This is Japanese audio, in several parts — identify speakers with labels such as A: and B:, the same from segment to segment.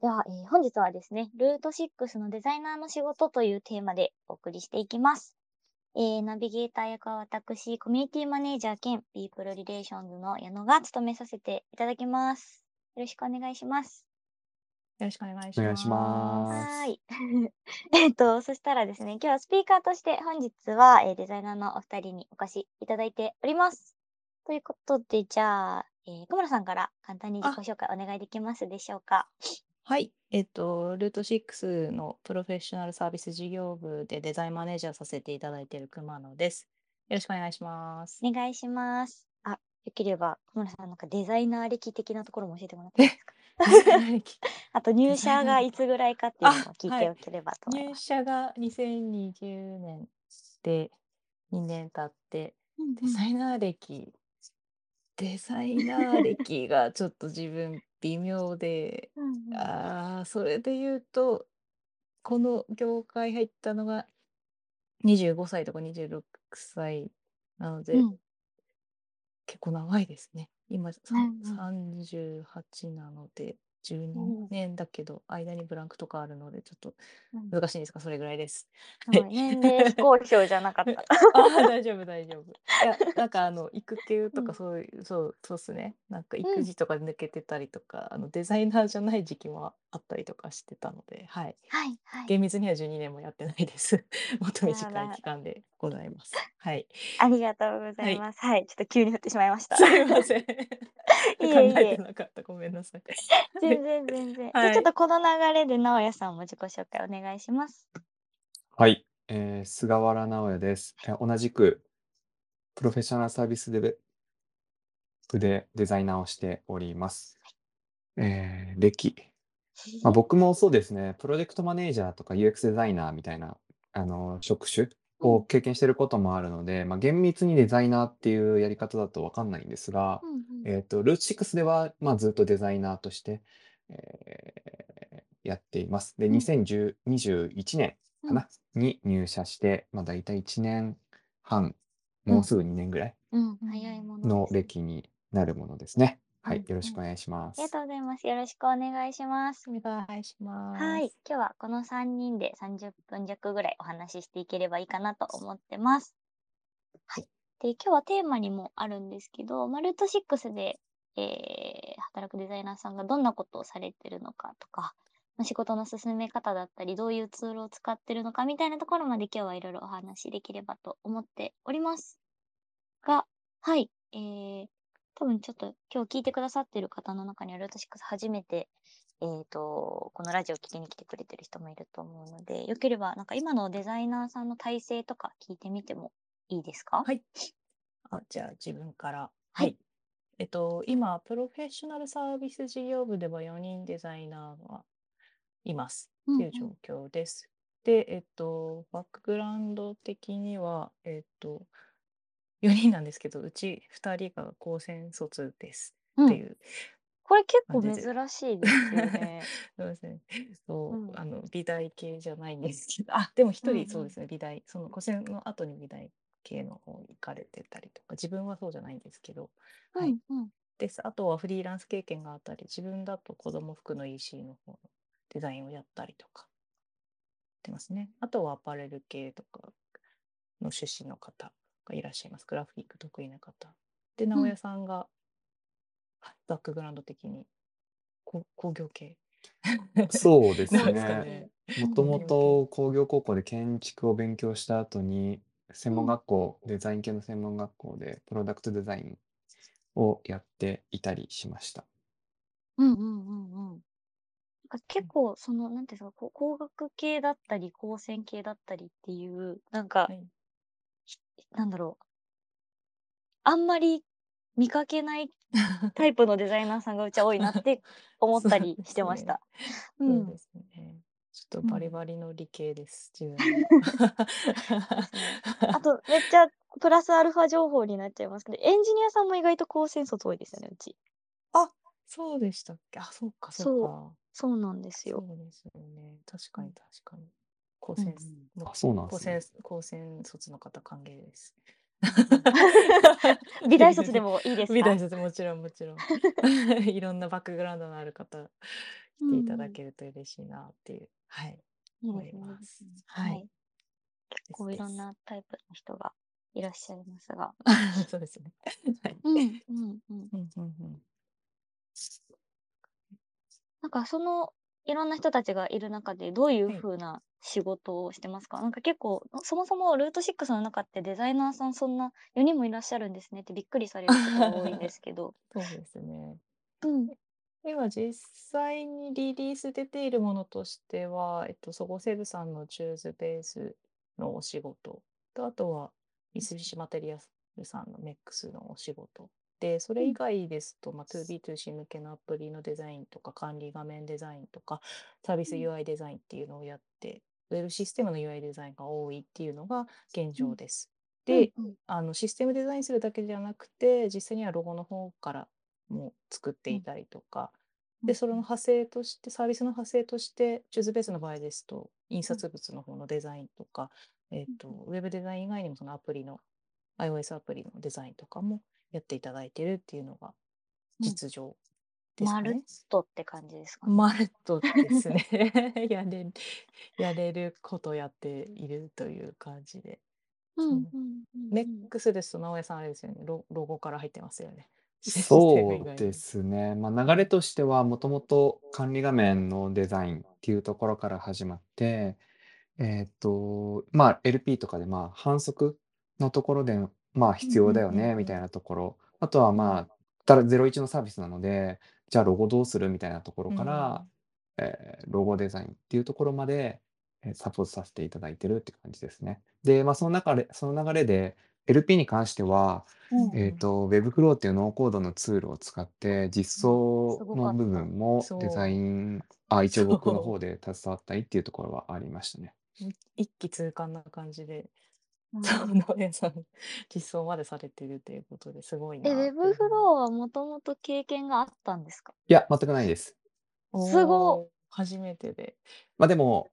A: では、えー本日はですね、ルート6のデザイナーの仕事というテーマでお送りしていきます。えーナビゲーター役は私、コミュニティマネージャー兼ピープルリレーションズの矢野が務めさせていただきます。よろしくお願いします。
B: よろしくお願いします。
C: お願いします
A: はーい。 えっと、そしたらですね、今日はスピーカーとして本日は、えーデザイナーのお二人にお越しいただいております。ということで、じゃあ、えー、熊野さんから簡単に自己紹介お願いできますでしょうか。
B: はい、えっと、ルート6のプロフェッショナルサービス事業部でデザインマネージャーさせていただいている熊野です。よろしくお願いします。
A: お願いします。あ、よければ、小村さん、なんかデザイナー歴的なところも教えてもらっていいですかあと、入社がいつぐらいかっていうのも聞いておければと思い
B: 入
A: ます。
B: 社が2020年で2年経って、デザイナー歴、デザイナー歴がちょっと自分微妙で、
A: うんうん
B: ああ、それで言うと、この業界入ったのが25歳とか26歳なので、
A: うん
B: 結構長いですね。今、さ
A: うん
B: 38なので、
A: うん
B: 12年だけど、間にブランクとかあるので、ちょっと
A: うん
B: 難しいんですか、それぐらいです。
A: すごい年齢非公表じゃなか った。
B: あー大丈夫、大丈夫。いや、なんかあの、育休と
A: うん
B: かそういう、そう、そうっすね。なんか
A: う
B: 育
A: ん
B: 児とかで抜けてたりとか、あの、デザイナーじゃない時期もあったりとかしてたので、はい。
A: はい、はい。
B: 厳密には12年もやってないです。 もっと
A: なるほど
B: 短い期間でございます。はい。
A: ありがとうございます。はい、ちょっと急に振って しまいました。
B: すいません。
A: え
B: 考
A: いえ
B: えてなかった。ごめんなさい。
A: 全然、全然。
B: は
A: で
B: い
A: ちょっとこの流れで、直哉さんも自己紹介お願いします。
C: はい、えー菅原直也です。えー同じくプロフェッショナルサービスデベ部でデザイナーをしております。えー歴、まあ、僕もそうですね、プロジェクトマネージャーとか UX デザイナーみたいなあの職種を経験してることもあるので、まあ、厳密にデザイナーっていうやり方だとわかんないんですが、
A: うんうん
C: えっと、ルート6では、まあ、ずっとデザイナーとして、えーやっています。で、
A: うん
C: 2021年かな、に入社して、まあ、大体1年半、もうすぐ2年ぐらい
A: うん、早いもの。
C: の。歴になるものですね。は
B: う
C: い
B: ん、
C: よろしくお願いしま
A: あり
C: す
A: が。とうございます。よろしくお願いします。
B: お願いします。
A: はい。、今日はこの3人で30分弱ぐらいお話ししていければいいかなと思ってます。はい。で、今日はテーマにもあるんですけど、まあ、ルート6で、えー働くデザイナーさんがどんなことをされてるのかとか、まあ仕事の進め方だったり、どういうツールを使ってるのかみたいなところまで今日はいろいろお話しできればと思っております。が、はい。えー、多分ちょっと今日聞いてくださってる方の中にはルート6初めてえー、と、このラジオを聞きに来てくれてる人もいると思うので、よければ、なんか今のデザイナーさんの体制とか聞いてみてもいいですか
B: はいあじゃあ自分から。
A: はい。
B: えっと、今、プロフェッショナルサービス事業部では4人デザイナーがいます。
A: うん
B: って
A: う
B: い
A: ん
B: う状況です。で、えっと、バックグラウンド的には、えっと、4人なんですけど、うち2人が高専卒です
A: うん
B: っていう、
A: これ結構
B: あ
A: 珍
B: 全
A: し
B: 然
A: いですよね。
B: そうですね、そう、
A: うん
B: あの、美大系じゃないんですけど、あ、でも1
A: うんうん
B: 人、そうですね、美大、その高専の後に美大系の方に行かれてたりとか、自分はそうじゃないんですけど、 はい
A: うんうん
B: です。あとはフリーランス経験があったり、自分だと子供服の EC の方のデザインをやったりとかしてますね。あとはアパレル系とかの出身の方がいらっしゃいます。グラフィック得意な方。で、直屋さんが、はいバックグラウンド的にこ工業系。
C: そ うです
B: なんですか
C: ね。
B: ね。
C: もともと工業高校で建築を勉強した後に、専門学校、デザイン系の専門学校でプロダクトデザインをやっていたりしました。
A: うんうんうんうん。なんか結構、その、なんていうんですか、こう工学系だったり、光線系だったりっていう、なんか、
B: はい
A: なんだろう。あんまり見かけない タイプのデザイナーさんがうちは多いなって思ったりしてました。う。
B: そうんですね。ちょっと
A: うん
B: バリバリの理系です。自分は
A: あと、めっちゃプラスアルファ情報になっちゃいますけど、エンジニアさんも意外と高専卒多いですよね、うち。
B: そうでしたっけあ、そうか、
A: そ
B: そううか。
A: そうなんですよ。
B: そうですよね。確か
A: う
B: に
A: ん
B: 確かに。高
A: うんう
B: 専
A: ん
B: の
C: あ、そうなんで
B: 高
C: すね
B: 専。高専卒の方歓迎です。
A: 美大卒でもいいですか
B: 美大卒もちろんもちろん いろんなバックグラウンドのある方来ていただけると嬉しいなっていう、はい
A: いい
B: 思
A: で
B: い
A: すね。
B: ますはい
A: 結構いろんなタイプの人がいらっしゃいますが。
B: そうです ねはい
A: うんうんうん。
B: うんうんうん
A: なんかそのいろんな人たちがいる中でどういう
B: はい
A: 風な仕事をしてますか、なんか結構そもそもルート6の中ってデザイナーさんそんな4人もいらっしゃるんですねってびっくりされることが多いんですけど。
B: そうですね
A: うん。
B: では実際にリリース出ているものとしては、えっと、そごセブさんのチューズベースのお仕事と、あとは三菱マテリアルさんのメックスのお仕事。で、それ以外ですと、まあ、2B2C 向けのアプリのデザインとか、管理画面デザインとか、サービス
A: うん
B: UI デザインっていうのをやって、ウェブシステムの UI デザインが多いっていうのが現状です。で、
A: うん
B: あのシステムデザインするだけじゃなくて実際にはロゴの方からも作っていたりとか、でそれの派生としてサービスの派生としてチューズベースの場合ですと印刷物の方のデザインとか、えー、と
A: うん
B: ウェブデザイン以外にもそのアプリの iOS アプリのデザインとかもやっていただいてるっていうのが実情ですか
A: マ
B: ね。
A: ルットって感じですかね。
B: マルトです ねやれやれることやっているという感じで
A: うん
B: そううん
A: うん
B: メ
A: うん
B: ックスですと直江さんあれですよねロロゴから入ってますよね。システム以
C: そう
B: 外に
C: ですね。まあ、流れとしては、もともと管理画面のデザインっていうところから始まって、えーっと、まあ、LP とかで、まあ、反則のところで、まあ、必要だよ
B: うんうんうん
C: ね、
B: うん
C: みたいなところ。あとは、まあ、ただ01のサービスなので、じゃあ、ロゴどうするみたいなところから、えーロゴデザインっていうところまで、えーサポートさせていただいてるって感じですね。で、まあ、その中で、その流れで、LP に関しては、
A: うん
C: えー、と Webflow っていうノーコードのツールを使って実
A: す
C: 装
A: ごかっ
C: の
A: た
C: 部分も
B: そう
C: デザインあ一応僕の
B: そう
C: 方で携わったりっていうところはありましたね。
B: うん一気通貫な感じで、
A: うん
B: そう 直江さん実装までされてるということですごいな
A: え、
B: っ
A: ウ
B: てい
A: ェ
B: う
A: ブフローはもともと経験があったんですか
C: いや全くないです。
B: おー
A: すご
B: 初めてで。
C: まあ、でも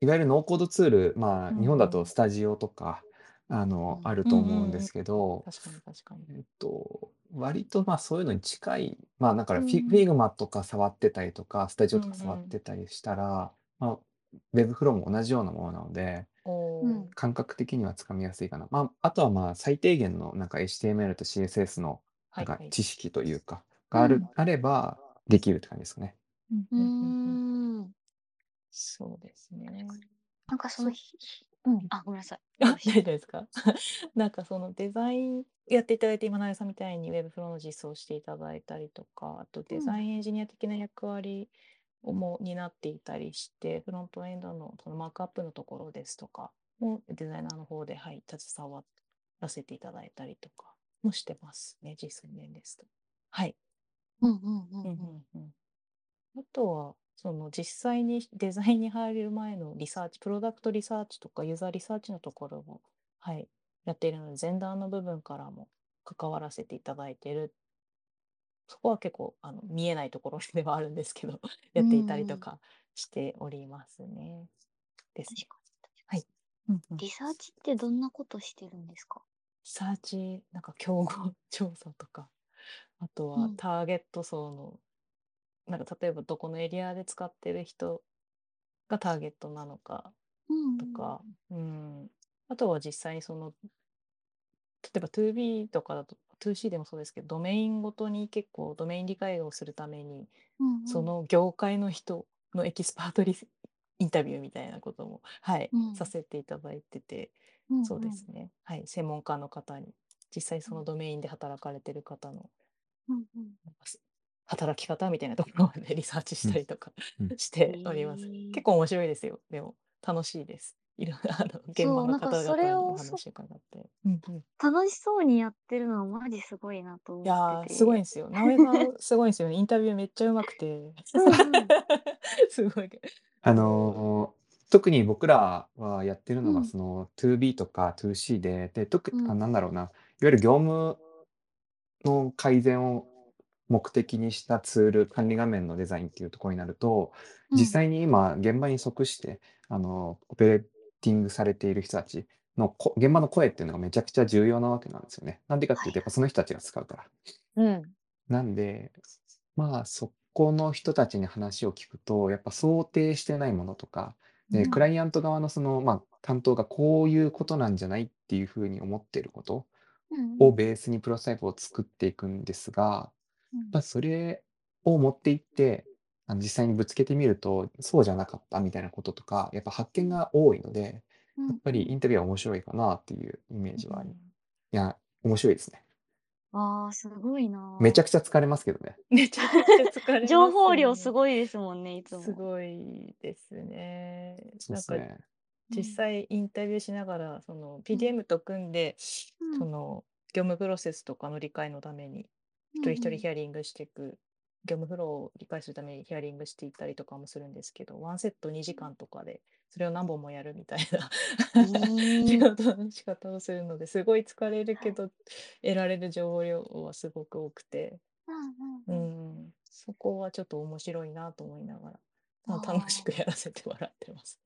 C: いわゆるノーコードツール、まあ、
B: うん
C: 日本だ
B: う
C: と
B: ん
C: スタジオとかあの
B: うん
C: あると思うんですけ
B: うんうんうん
C: ど、
B: 確かに確かに。
C: えっと、割とまあそういうのに近い、まあなんかフ
A: う
C: ィ
A: ん
C: フィグマとか触ってたりとか、スタジオとか
B: うんうん
C: 触ってたりしたら、まあ、ウェブフローも同じようなものなので、
B: おー
A: うん
C: 感覚的にはつかみやすいかな。まあ、あとはまあ最低限のなんか HTML と CSS の
B: は
C: ないん
B: は
C: か
B: い。
C: 知識というか、がある、
A: うん
C: あればできるって感じですかね。
B: うん
A: うー
B: うんうんうん
A: ん。
B: そうですね。
A: なんかそ
B: そ
A: の
B: う
A: ひ、ひうん、あ、ごめんなさい。
B: あ大丈夫ですか なんかそのデザインやっていただいて今永さんみたいに Webflow の実装をしていただいたりとかあとデザインエンジニア的な役割をも担っていたりしてフロントエンドのそのマークアップのところですとかもデザイナーの方で、はい、携わらせていただいたりとかもしてますね実年ですと。はい、
A: うんうんうん
B: う
A: うんん。
B: うんうんあとはその実際にデザインに入る前のリサーチプロダクトリサーチとかユーザーリサーチのところも、はい、やっているので前段の部分からも関わらせていただいてるそこは結構あの見えないところ ではあるんですけどやっていたりとかしておりますね。ですね
A: 確。か
B: はいうんうん
A: に。リサーチってどんなことしてるんですか
B: サーチなんか競合調査とかあと
A: う
B: は
A: ん
B: ターゲット層の、なんか例えばどこのエリアで使ってる人がターゲットなのか
A: うん
B: とか、うん、あとは実際にその例えば 2B とかだと 2C でもそうですけどドメインごとに結構ドメイン理解をするために
A: うんうん、
B: その業界の人のエキスパートリスインタビューみたいなことも、はい
A: うん
B: させていただいてて、
A: うんうん
B: そうです。ね、はい、専門家の方に実際そのドメインで働かれてる方の
A: うんうん
B: なんかす働き方みたいなところま でリサーチしたりとか
C: うんう
B: しております。
A: へー
B: 結構面白いですよ。でも楽しいです。いろんなあの現場
A: な
B: の
A: んか
B: 方
A: そ
B: 々
A: れ
B: に
A: を
B: お話を伺って。うんうん
A: 楽しそうにやってるのはマジすごいなと思
B: いや
A: ってて。
B: ーすごいんですよ。直江さんすごいんですよね。インタビューめっちゃうまくて。
A: うんうん
B: すごい。
C: あのー特に僕らはやってるの
A: う
C: が
A: ん
C: その 2B とか 2C で、で、特
A: うん
C: あ、なんだろうな、いわゆる業務の改善を目的にしたツール、管理画面のデザインっていうところになると、
A: うん
C: 実際に今現場に即して、あの、オペレーティングされている人たちのこ現場の声っていうのがめちゃくちゃ重要なわけなんですよね。なんでかっていうと、やっぱその人たちが使うから。
A: うん。
C: なんで、まあそこの人たちに話を聞くと、やっぱ想定してないものとか、で、クライアント側のその、まあ、担当がこういうことなんじゃないっていうふうに思っていること
A: うん
C: をベースにプロトタイプを作っていくんですが、まあ、それを持っていってあの実際にぶつけてみるとそうじゃなかったみたいなこととかやっぱ発見が多いので
A: うん
C: やっぱりインタビューは面白いかなっていうイメージはあり、いや面白いですね
A: わあ、すごいな。。
C: めちゃくちゃ疲れますけどね
B: めちゃくちゃ疲れます、ね
A: 情報量すごいですもんね、いつも。
B: すごいですね。
C: そうです
B: なんか
C: ね
B: 実際インタビューしながらその PDM と組んで、
A: うん
B: その業務プロセスとかの理解のために一人一人ヒアリングしていく業務フローを理解するためにヒアリングしていったりとかもするんですけどワンセット2時間とかでそれを何本もやるみたいな
A: え
B: 仕
A: え
B: 事の仕方をするのですごい疲れるけど得られる情報量はすごく多くて、う
A: うんうんうん
B: ん、そこはちょっと面白いなと思いながら
A: あ
B: た
A: ー
B: 楽しくやらせてもらってます。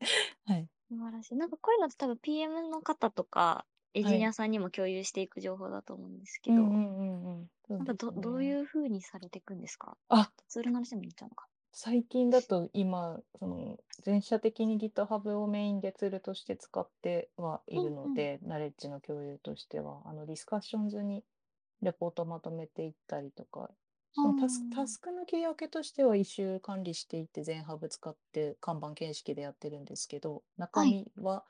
B: はい、
A: 素晴らしい。なんかこういうのって多分 PM の方とか、エンジニアさんにも共有していく情報だと思うんですけど、
B: うんうんうんう
A: な
B: ん、
A: んかど、どう
B: う
A: い
B: ん
A: うふうにされていくんですか
B: あ
A: ツールの話でもいっちゃうのか。
B: 最近だと今その全社的に GitHub をメインでツールとして使ってはいる
A: うんう
B: の
A: ん
B: で、ナレッジの共有としてはあのディスカッションズにレポートをまとめていったりとかそのタス
A: うん
B: タスクの切り分けとしては一周管理していって全ハブ使って看板形式でやってるんですけど中身は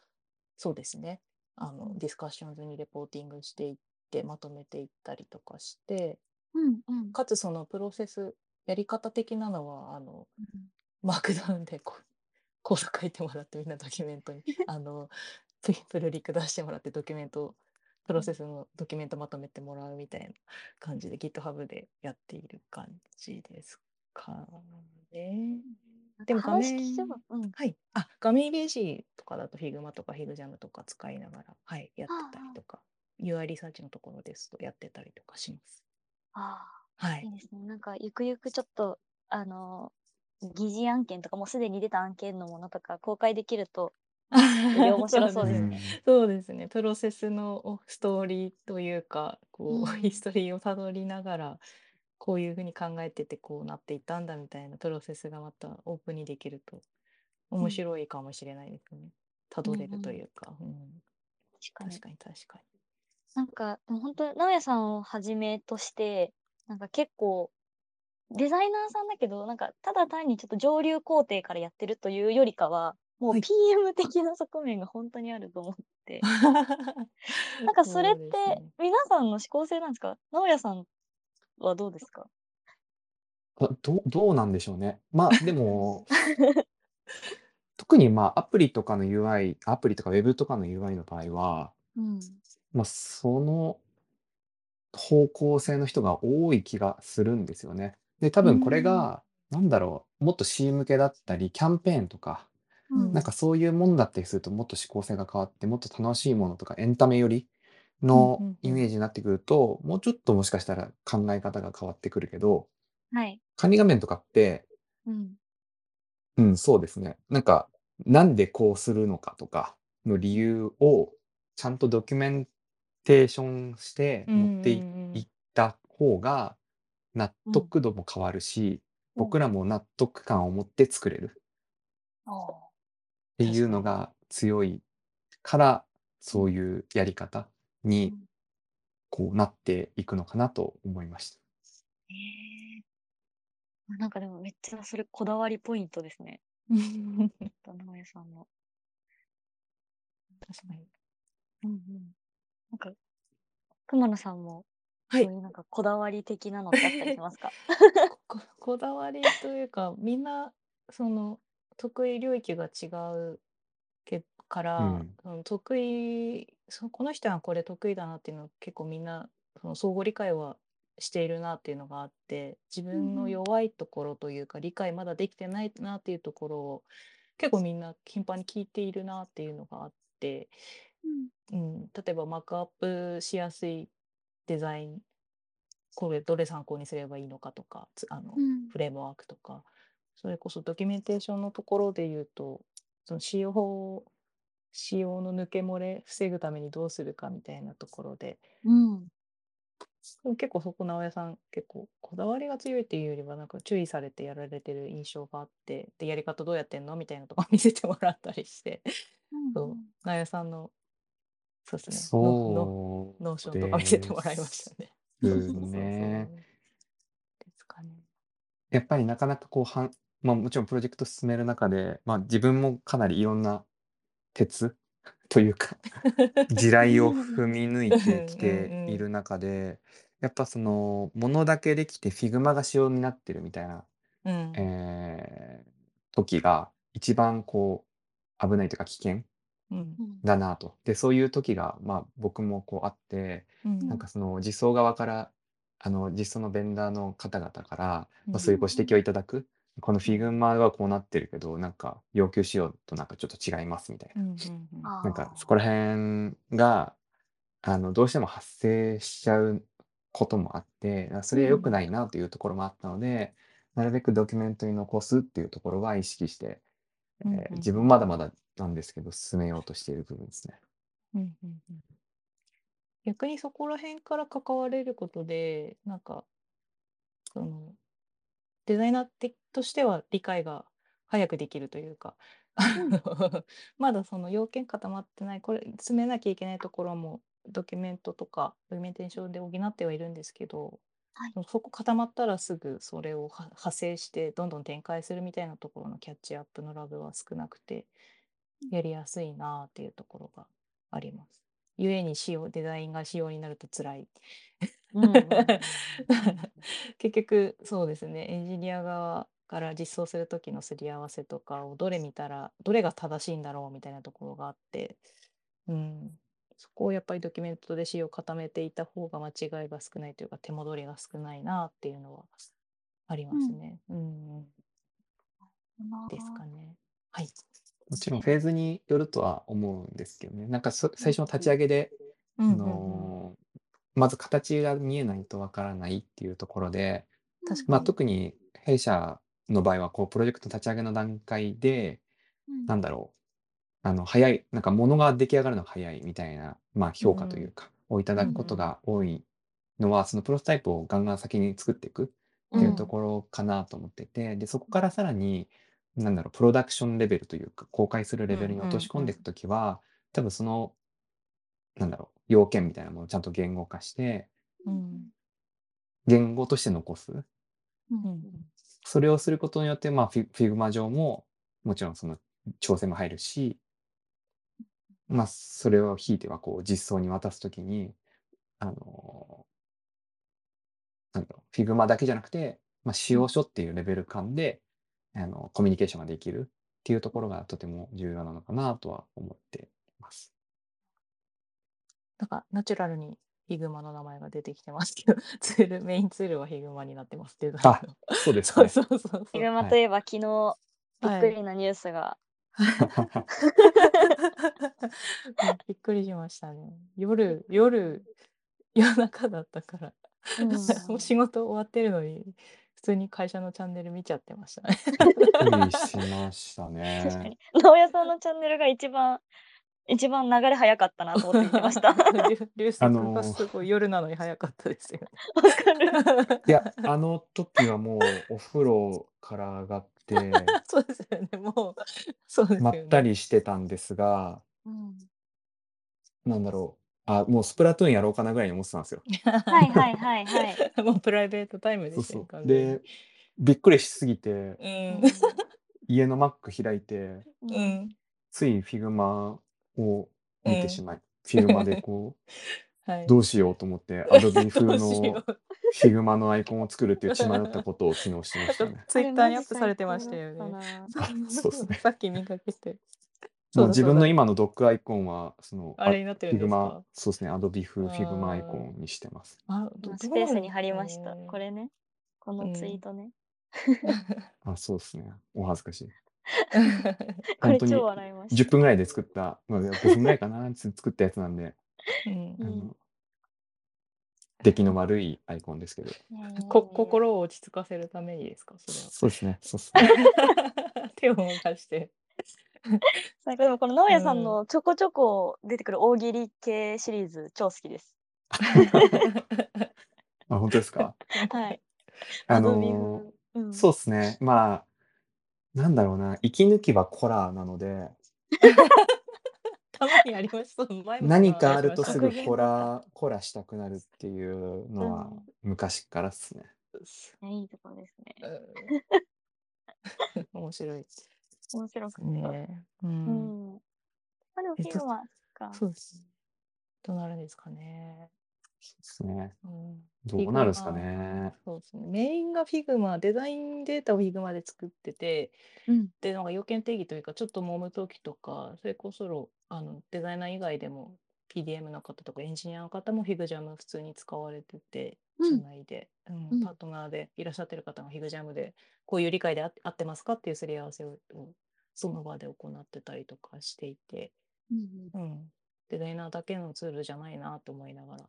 B: そうですね、あのディスカッションズにレポーティングしていってまとめていったりとかして
A: うんうん。
B: かつそのプロセスやり方的なのはあの マークダウンでこうコード書いてもらってみんなドキュメント にあのプリプルリク出してもらってドキュメントをプロセスのドキュメントまとめてもらうみたいな感じで GitHub でやっている感じですかね。でも画
A: 話
B: 面
A: 聞けば、うん。
B: はい、あ画面イメージとかだと Figma とか Higjam とか使いながら、はい、やってたりとか UI リサーチのところですとやってたりとかします。
A: あ
B: は
A: あ、い
B: い
A: い、ですね。なんか、ゆくゆくちょっと、あの、疑似案件とか、もうすでに出た案件のものとか公開できると、より面白そうです
C: ん
A: ね。
B: そうですね。プロセスのストーリーというか、こう、
A: う ん
B: ヒストリーをたどりながら、こういうふうに考えてて、こうなっていったんだみたいなプロセスがまたオープンにできると、面白いかもしれないですね。たどれるというか。うん
A: 確かに
B: 確。かに確か
A: なんか、でも本当に、直哉さんをはじめとして、なんか結構、デザイナーさんだけど、なんか、ただ単にちょっと上流工程からやってるというよりかは、もう
B: はい
A: PM 的な側面が本当にあると思って。
B: に。
A: なんかそれっ
B: う
A: て
B: ですね
A: 皆さんの思考性なんですか直哉さんはどうですか
C: あどうどうなんでしょうねまあでも 特にまあアプリとかの UI アプリとかウェブとかの UI の場合は
A: うん。
C: まあ、その方向性の人が多い気がするんですよね。で、多分これが、なんだろう、もっと C 向けだったり、キャンペーンとか、
B: うん
C: なんかそういうもんだったりすると、もっと思考性が変わって、もっと楽しいものとか、エンタメ寄り
B: うんう
C: の
B: んうん
C: イメージになってくると、もうちょっともしかしたら考え方が変わってくるけど、
A: はい。
C: 管理画面とかって、
A: うん。
C: うん、そうですね。なんか、なんでこうするのかとかの理由をちゃんとドキュメンテーションして持ってい
B: うんうんうん
C: いった方が納得度も変わるし、
A: うん
C: 僕らも納得感を持って作れるっていうのが強いから、そういうやり方に
A: うん
C: こうなっていくのかなと思いました。
A: えーなんかでもめっちゃそれこだわりポイントですね。直哉さんの。
B: 確かに。
A: うんうん。なんか、熊野さんも、
B: はい
A: そういうなんかこだわり的なのってあったりし ますか
B: ここだわりというかみんなその得意領域が違うけから、
C: うん
B: その得意そうこの人はこれ得意だなっていうのは結構みんなその相互理解はしているなっていうのがあって自分
A: うんう
B: の
A: ん
B: 弱いところというか、理解まだできてないなっていうところを結構みんな頻繁に聞いているなっていうのがあって。
A: うん
B: うん、例えばマックアップしやすいデザインこれどれ参考にすればいいのかとかつあの、
A: うん
B: フレームワークとかそれこそドキュメンテーションのところで言うとその CO 仕様の抜け漏れ防ぐためにどうするかみたいなところで
A: うん。
B: でも結構そこ直江さん結構こだわりが強いっていうよりはなんか注意されてやられてる印象があってでやり方どうやってんのみたいなとこ見せてもらったりして そう直江さんのそうですねのの
C: そう。
B: ノーションとか見せてもらいましたね。
C: です
B: そうそうそう
C: ね。
B: ですかね。
C: やっぱりなかなかこうはん、まあ、もちろんプロジェクト進める中で、まあ、自分もかなりいろんな鉄というか地雷を踏み抜いてき
B: うんうん
C: て
B: うん
C: いる中でやっぱそのものだけできてフィグマが仕様になってるみたいな、
B: うん
C: えー時が一番こう危ないというか危険
B: うん
C: だなと。でそういう時が、まあ、僕もこうあって。
B: うん
C: なんかその実装側からあの実装のベンダーの方々から、
B: うん
C: まあ、そういうご指摘をいただく、この Figma はこうなってるけどなんか要求仕様となんかちょっと違いますみたいな、
B: うんうんうん
C: なんかそこら辺があのどうしても発生しちゃうこともあってあそれは良くないなというところもあったので、なるべくドキュメントに残すっていうところは意識して、
B: うんうん
C: えー自分まだまだなんですけど進めようとしている部分ですね。
B: うんうんうん逆にそこら辺から関われることでなんかそのデザイナー的としては理解が早くできるというかあの まだその要件固まってないこれ詰めなきゃいけないところもドキュメントとかドキュメンテーションで補ってはいるんですけど、
A: はい
B: そのそこ固まったらすぐそれをは派生してどんどん展開するみたいなところのキャッチアップのラブは少なくてやりやすいなっていうところがあります。ゆえに仕様デザインが仕様になると辛い
A: うんうんうん
B: 結局そうですねエンジニア側から実装する時のすり合わせとかをどれ見たらどれが正しいんだろうみたいなところがあって、うん、そこをやっぱりドキュメントで仕様を固めていた方が間違いが少ないというか手戻りが少ないなっていうのはありますね。うん
A: うん
B: ですかね。はい。
C: もちろんフェーズによるとは思うんですけどね。なんかそ最初の立ち上げで、
B: うんうん
C: あ
B: うん
C: のーまず形が見えないとわからないっていうところで、
B: 確か
C: まあ、特に弊社の場合はこうプロジェクト立ち上げの段階で
A: うん
C: なんだろうあの早いなんか物が出来上がるのが早いみたいな、まあ、評価というか、をいただくことが多いのは、そのプロトタイプをガンガン先に作っていくっていうところかなと思ってて、でそこからさらになんだろうプロダクションレベルというか公開するレベルに落とし込んでいくときは、多分そのなんだろう要件みたいなものをちゃんと言語化して
B: うん
C: 言語として残す
B: うん
C: それをすることによって、まあ、フィフィグマ上ももちろんその調整も入るし、まあ、それを引いてはこう実装に渡すときにあのなんだろうフィグマだけじゃなくて、まあ、使用書っていうレベル感であのコミュニケーションができるっていうところがとても重要なのかなとは思っています。
B: なんかナチュラルに Figma の名前が出てきてますけど、 ツール、メインツールは Figma になってますデザイン の
C: あそうです
B: そ
C: か、
B: うそうそうそう。
A: ヒグマといえば昨日びっくりなニュースが、
B: うん びっくりしましたね。夜、夜、夜中だったから、
A: うん
B: もう仕事終わってるのに、普通に会社のチャンネル見ちゃってましたね。
C: びっくりしましたね。
A: 確かに直屋さんのチャンネルが一番一番流れ早かったなと思って見てましたわ か
B: 流流
C: あ
B: 速
C: の
B: が
C: ー
B: すごい夜なのに早かったですよ ね。
A: る
C: いや、あの時はもうお風呂から上がって、
B: そうですよね。もう、そうですよ
C: ま
B: ね。
C: ったりしてたんですが、
A: うん
C: なんだろう。あ、もうスプラトゥーンやろうかなぐらいに思ってたんですよ。
A: はいはいはいはい
B: もうプライベートタイムで
C: そう
B: した
C: そ
B: よ
C: う。で、、びっくりしすぎて
B: 完、全に
C: 家の Mac 開いて、
A: うん
B: うん、うん、
C: つい Figma を見
B: うん
C: てしまい、Figma でこ う、
B: はい。
C: どうしようと思って、Adobe 風
B: どうしよ
C: の
B: う。
C: Figma のアイコンを作るっていう血迷ったことを昨日してましたね
B: ツイッターにアップされてました
A: あ
B: よ
A: れ
B: ね。
A: マジ最高だったな
B: 。
C: そうですね
B: さっき見かけて。
C: もう自分の
B: 今
C: 今のドックアイコンは、その、
B: あれになってるんですか
C: Figma、そうですね、Adobe 風
B: あー
C: Figma アイコンにしてます。
B: あ
A: あ
B: ど
A: の
B: ど
A: ス
B: う
A: ペー
B: なる
A: ス
B: ん
A: に
B: です
A: 貼りまし
B: か
A: た
B: ね
A: これねこのツイートね、
C: あ、そうですね。お恥ずかしい。
A: これ
C: 本当に
A: 超笑いました
C: 10分ぐらいで作った、まあ、5分ぐらいかな、 つ作ったやつなんで、
B: うん
A: う
C: あ
A: ん
C: の、出来の悪いアイコンですけど。
A: いやいやいやいや
B: こ心を落ち着かせるためにですか そ
C: そうですね、そうですね。
B: れは。手を動かして。
A: なんかでもこの直哉さん
B: う
A: のちょこちょこ出てくる大喜利系シリーズ超好きです。
C: あ本当ですか
A: はい。
C: あ
A: アドビ
C: の
A: 風うん、
C: そうですね。まあ、なんだろうな。息抜きはコラーなので、
B: たまにあります。そう前も
C: 何かあると
B: 話
C: す
B: し
C: ぐ
B: ました
C: コラ、コラしたくなるっていうのは昔からですね。
A: うんいいところですね。
B: うん面白いです
A: 面白くて。
B: ね。う。
A: うんん。まあでも
B: え
A: 今はそっか。
B: そうですね。どうなるんですかね。
C: そうですね。
B: うん
C: どうなるんですかね。
B: そうですね。メインが Figma、デザインデータを Figma で作ってて、
A: うん
B: で、なんか要件定義というか、ちょっと揉むときとか、それこそあのデザイナー以外でも、PDM の方とかエンジニアの方も Figjam 普通に使われてて、
A: うん
B: 社内で、う
A: うん
B: ん、パートナーでいらっしゃってる方も Figjam で、こういう理解であ合ってますかっていうすり合わせををその場で行ってたりとかしていて、
A: うん。
B: うん、デザイナーだけのツールじゃないなと思いながら、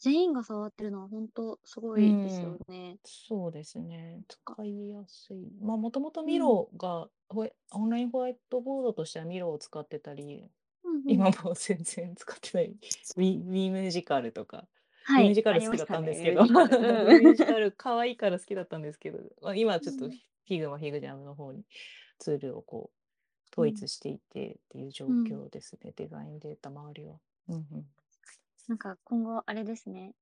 A: 全員が触ってるのは本当すごいですよね。
B: そうですね。
A: か
B: 使いやすい。まあ、もともと
A: ん
B: ミロが、ホワイオンラインホワイトボードとしてはミロを使ってたり、
A: うんうん
B: 今も全然使ってない。 ウィウィミュージカルとか、
A: は
B: ウ
A: い、
B: ィミュージカル好きだったんですけど、
A: あ
B: ウ
A: りましたね
B: ィ ミュージ
A: うん
B: カル可愛いから好きだったんですけど、まあ、今はちょっと
A: うん
B: フィグマ、フィグジャムの方にツールをこう統一していてっていう状
A: うん
B: 況ですね。デザインデータ周りは。うんうん
A: なんか今後あれですね。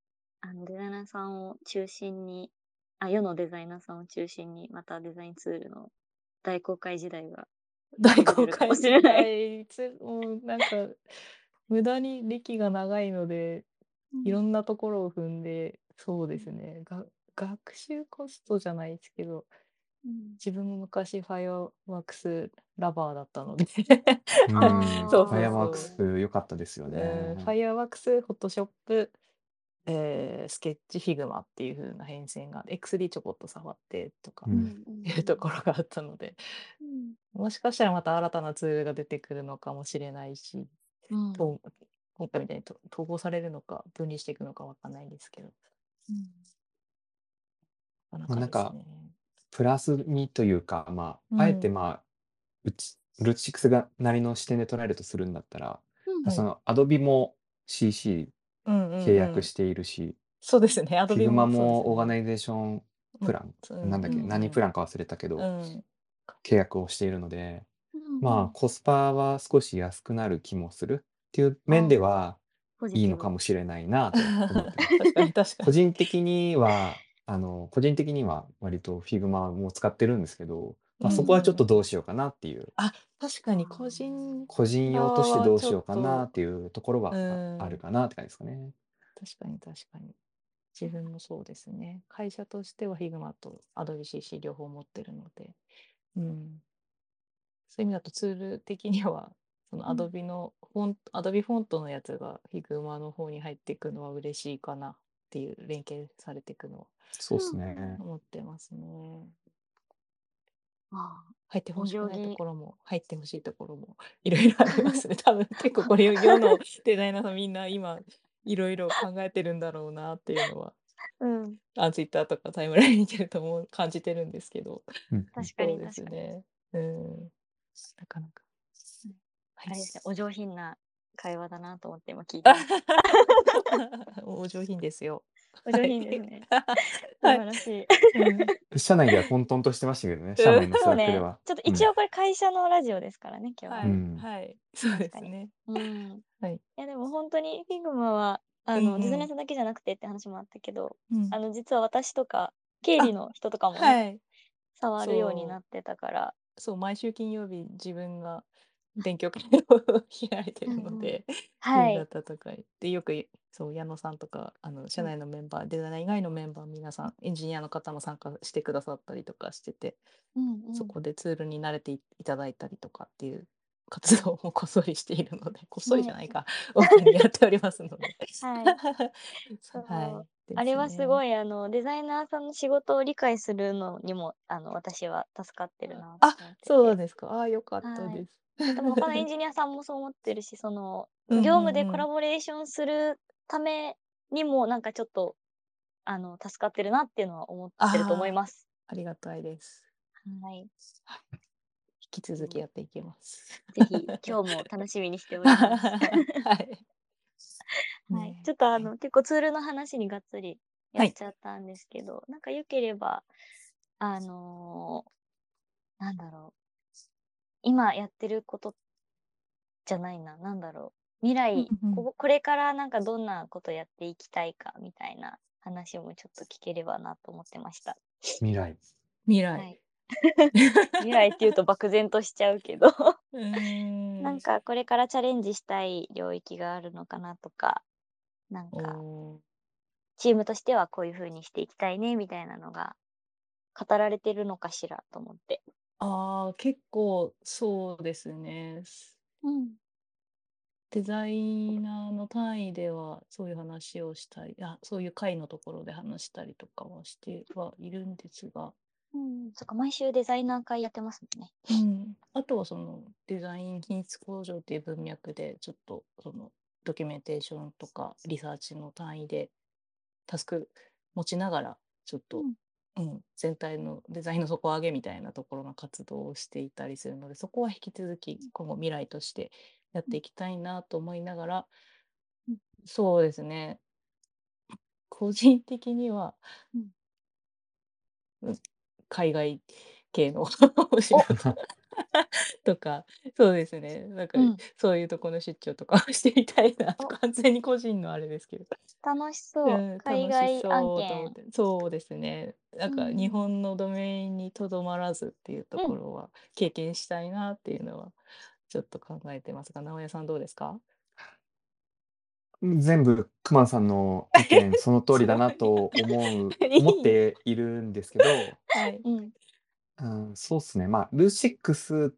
A: あのデザイナーさんを中心に、あ、世のデザイナーさんを中心に、またデザインツールの大公開時代が。
B: 大公開
A: かもしれない
B: いつもうなんか無駄に歴が長いのでいろんなところを踏んでそうですねが学習コストじゃないですけど
A: うん
B: 自分も昔ファイアワークスラバーだったので、
C: う
A: うん
C: ん。
A: あー
C: ファイアワークス良かったですよ
B: う
C: ね
B: ん、。ファイアワークスフォトショップ、えースケッチフィグマっていう風な変遷が XD ちょこっと触ってとか
C: う
A: うんんうん
B: いうところがあったので、
A: うん
B: もしかしたらまた新たなツールが出てくるのかもしれないし、
A: うん
B: と今回みたいにと統合されるのか分離していくのかわかんないんですけど。な
C: まあなんか
B: ですね
C: プラスにというか、ま
B: うん
C: あ、あえてまあ、うち、ルチックスがなりの視点で捉えるとするんだったら、
A: うん
B: はい
C: その、アドビも CC
B: うんうんうん
C: 契約しているし、
B: そうですね、アド
C: フィ
B: ビ
C: グマもオーガナ
B: イ
C: イゼーションプラン、なんだっけ、何プランか忘れたけど、契約をしているので、まあ、コスパは少し安くなる気もするっていう面では、
A: ポジティ
C: い
A: ブ
C: いのかもしれないなと思ってます。
B: 確かに確か
C: 個
B: に。
C: 人的には、あの、個人的には割と Figma も使ってるんですけど、まあ、そこはちょっとどうしようかなっていう。
B: あ確かに個人、
C: 個人用としてどうしようかなっていうところはああるかなって感じですかね。
B: 確かに確かに。自分もそうですね。会社としては Figma と Adobe CC 両方持ってるので、うん、そういう意味だとツール的には、その
A: うん
B: Adobe のフォント、Adobe フォントのやつが Figma の方に入っていくのは嬉しいかなっていう連携されていくのは
C: そうですね。
B: 思ってますね。
A: あ
B: 入ってほしくない
A: お行
B: と
A: 儀
B: ころも入ってほしいところもいろいろありますね。 多分結構これ世のデザイナーさんみんな今いろいろ考えてるんだろうなっていうの
A: ー
B: は
A: うん、
B: あツイッターとかタイムライン見てると思う感じてるんですけど
C: うん
A: 確か
B: そう
A: に
B: です
A: 確かに。
B: ね。うんなかなか。
A: あれですね、お上品な会話だなと思って今聞いてました。
B: はい、 お上品で すよ。
A: お上品ですね。素
B: はい
A: 晴らしい。
B: うん
C: 社内では混沌としてましたけどね、社内のサ
A: そう
C: ーク
A: ね
C: ルは、。
A: ちょっと一応これ会社のラジオですからね、今日は
B: は
A: ね。
C: ん
B: い、はい、そうです
A: 確か
B: ね。
A: うん。
B: はい
A: いやでも本当にフィグマは、あの、
B: うんうん
A: デザイナーさんだけじゃなくてって話もあったけど、
B: うん
A: あの、実は私とか、経理の人とかもね、
B: はい、
A: 触るように
B: そう
A: なってたから、
B: そう毎週金曜日自分が勉強会を 開いてる
A: うんう
B: の
A: ん
B: で、
A: は
B: 新
A: い。
B: 潟とか行ってよくそう矢野さんとかあの社
A: うん
B: 内のメンバー、デザイナー以外のメンバー皆さんエンジニアの方も参加してくださったりとかしてて、
A: うんうん
B: そこでツールに慣れていいただいたりとかっていう活動もこっそりしてい るのでこっそりじゃないか、大きにやっておりますの で。
A: はい
B: そう
A: そう
B: はいです
A: あれはすご
B: ね
A: い、あの、デザイナーさんの仕事を理解するのにも、あの、私は助かってるなと思ってて。
B: そうですかああよかった
A: はい
B: です。
A: でも他のエンジニアさんもそう思ってる し、その、
B: うんうんう
A: 業
B: ん
A: 務でコラボレーションするためにも、なんかちょっと、あの、助かってるなっていうのは思ってると思います。
B: ありがたいです。
A: はい。
B: はい引き続きやっていきます。
A: ぜひ、今日も楽しみにしております。 は
B: はい。
A: い
B: ね、
A: ちょっとあの、結構ツールの話にがっつりや
B: は
A: っ
B: い
A: ちゃったんですけど、なんか良ければ、あのーなんだろう。今やってることじゃないな、なんだろう。未来、
B: うんうん
A: こここれからなんかどんなことやっていきたいかみたいな話もちょっと聞ければなと思ってま した。
C: 未来。
B: 未
A: は
B: 来。
A: い、未来っていうと漠然としちゃ うけど。
B: うーん
A: なんかこれからチャレンジしたい領域があるのかなとか、なんか
B: おー
A: チームとしてはこういう風にしていきたいねみたいなのが語られてるのかしらと思って。
B: ああ結構そうですね。
A: うん。
B: デザイナーの単位ではそういう話をしたりあそういう会のところで話したりとかはしてはいるんですが、
A: うん、そっか、毎週デザイナー会やってますもんね。
B: うん、あとはそのデザイン品質向上っていう文脈でちょっとそのドキュメンテーションとかリサーチの単位でタスク持ちながらちょっと、うん全体のデザインの底上げみたいなところの活動をしていたりするのでそこは引き続き今後未来としてやっていきたいなと思いながら、
A: うん
B: そうですね個人的には、
A: うん
B: うん海外系のお仕事 とかそうですねなんか、
A: うん
B: そういうとこの出張とかを してみたいなと完全に個人のあれですけど
A: 楽しそう。
B: うん
A: 海
B: 楽し
A: 外
B: そう
A: 案
B: と思っ
A: 件。
B: てそうですねなんか
A: うん
B: 日本のドメインにとどまらずっていうと
A: うん
B: ころは経験したいなっていうのはちょっと考えてますが直哉さんどうですか
C: 全部、くまさんの意見、その通りだな と思う
B: すご、い
C: 思っているんですけど、
B: はい、
A: うん。
C: うん、そうですね。まあ、ルーシックス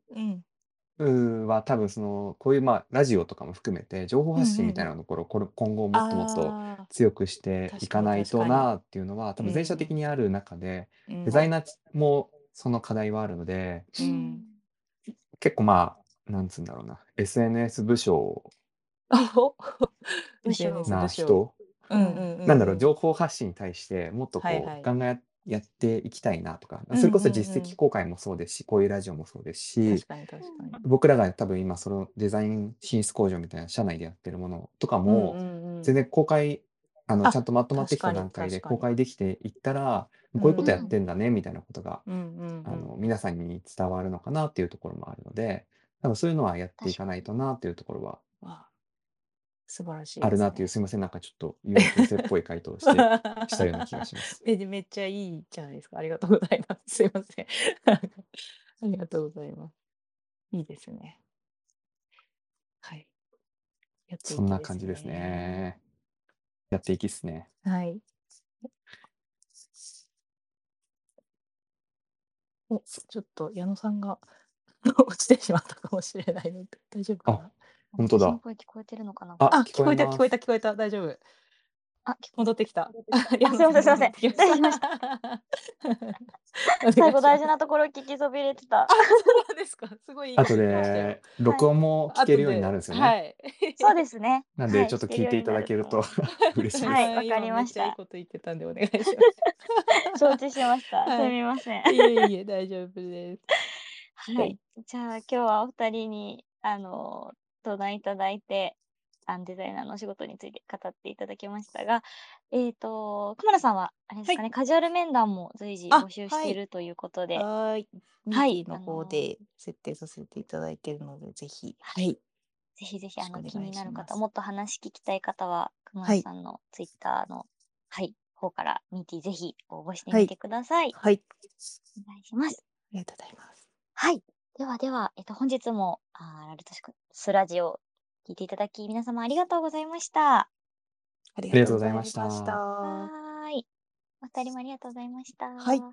B: うん、
C: は多分、その、こういう、まあ、ラジオとかも含めて、情報発信みたいなところ、これ今後もっともっと
B: あ
C: 強くしていかない
B: 確
C: と
B: かに確かに
C: なっていうのは、多分全社的にある中で、
B: ーうん
C: デザイナーもその課題はあるので、
B: うん
C: 結構まあ、なんつうんだろうな、SNS 部署
B: お
A: 部署
B: SNS
C: な
B: 部署
C: 人、
B: うんうんうん、
C: なんだろう、情報発信に対してもっとこ、
B: はいはいう
C: ガンガンやっていきたいなとか、
B: うん
C: それこそ
B: うん
C: 実
B: うん
C: 績公開もそうですし、こういうラジオもそうですし
B: 確、かに確かに
C: 僕らが多分今、そのデザイン品質向上みたいな社内でやってるものとか
B: う
C: も、
B: んうんうん
C: 全然公開、あの、
B: あ
C: ちゃんとまとまってきた
B: 確かに
C: 段階で
B: 確かに
C: 公開できていったら、
B: うん
C: こういうことやってんだね、みたいなことが、
B: うんうん
C: あ
B: うん
C: の、皆さんに伝わるのかなっていうところもあるので、多分そういうのはやっていかないとなっていうところは
B: わあ素晴らしい
C: あるなっていう、すみません、なんかちょっと優等生っぽい回答 をしてしたような気がします。
B: えでめっちゃいいじゃないですか。ありがとうございます。 すいません。ありがとうございます。いいですね。はい。やってい
C: そん
B: き
C: な感じです。ね。やっていきっすね。
B: はい。お、ちょっと矢野さんが 落ちてしまったかもしれないので、大丈夫かな
C: 本当だ
A: 私の声聞こえてるのかな
C: あ
B: あ、聞こえた、
C: ます
B: 聞こえた、聞こえた、大丈夫。
A: あ聞
B: 戻ってき
A: あ
B: た。
A: すいませんすいません
B: いません。
A: 最後大
B: な
A: 事なところ聞きそびれて た
B: あ、。そうなんですか。 すごいいい
C: あと
B: 感じでしたよ
C: で、録音も聞けるようになるんですよね。
B: 後はい。
A: そうですね。
C: なんで、
A: はい
C: ちょっと聞いていただけると 嬉しいです。
A: はいわかりました
B: 今めっちゃいいこと言ってたんでお願いします。
A: 承知しました。
B: は
A: す
B: い
A: みませ ん。
B: いえいえ大丈夫です。
A: は
B: はいい。
A: じゃあ今日はお二人に、あの、登壇いただいて、あのデザイナーのお仕事について語っていただきましたが、えっ、と、熊野さんは、あれですかね、カジュアル面談も随時
B: あ
A: 募集しているということで、は
B: はい。ミ
A: はい
B: ーティの
A: あ
B: 方
A: の
B: で設定させていただいているのでぜひ。はい。
A: い、ぜひぜひ、
B: よろ
A: あ
B: しく
A: の、
B: お願い
A: 気になる
B: します
A: 方、もっと話聞きたい方は、熊
B: は
A: 野
B: い
A: さんのツイッターの、はい、方からミーティーぜひ応募して
B: は
A: み
B: い
A: てください。
B: はい。
A: お願いします。
B: ありがとうございます。
A: はい。ではでは、えっと、本日も、あーラルトシクスラジオを聞いていただき、皆様ありがとうございました。
B: あり
C: がとうございました
B: がとうございました
A: はーい。お二人もありがとうございました。
B: はい
C: うん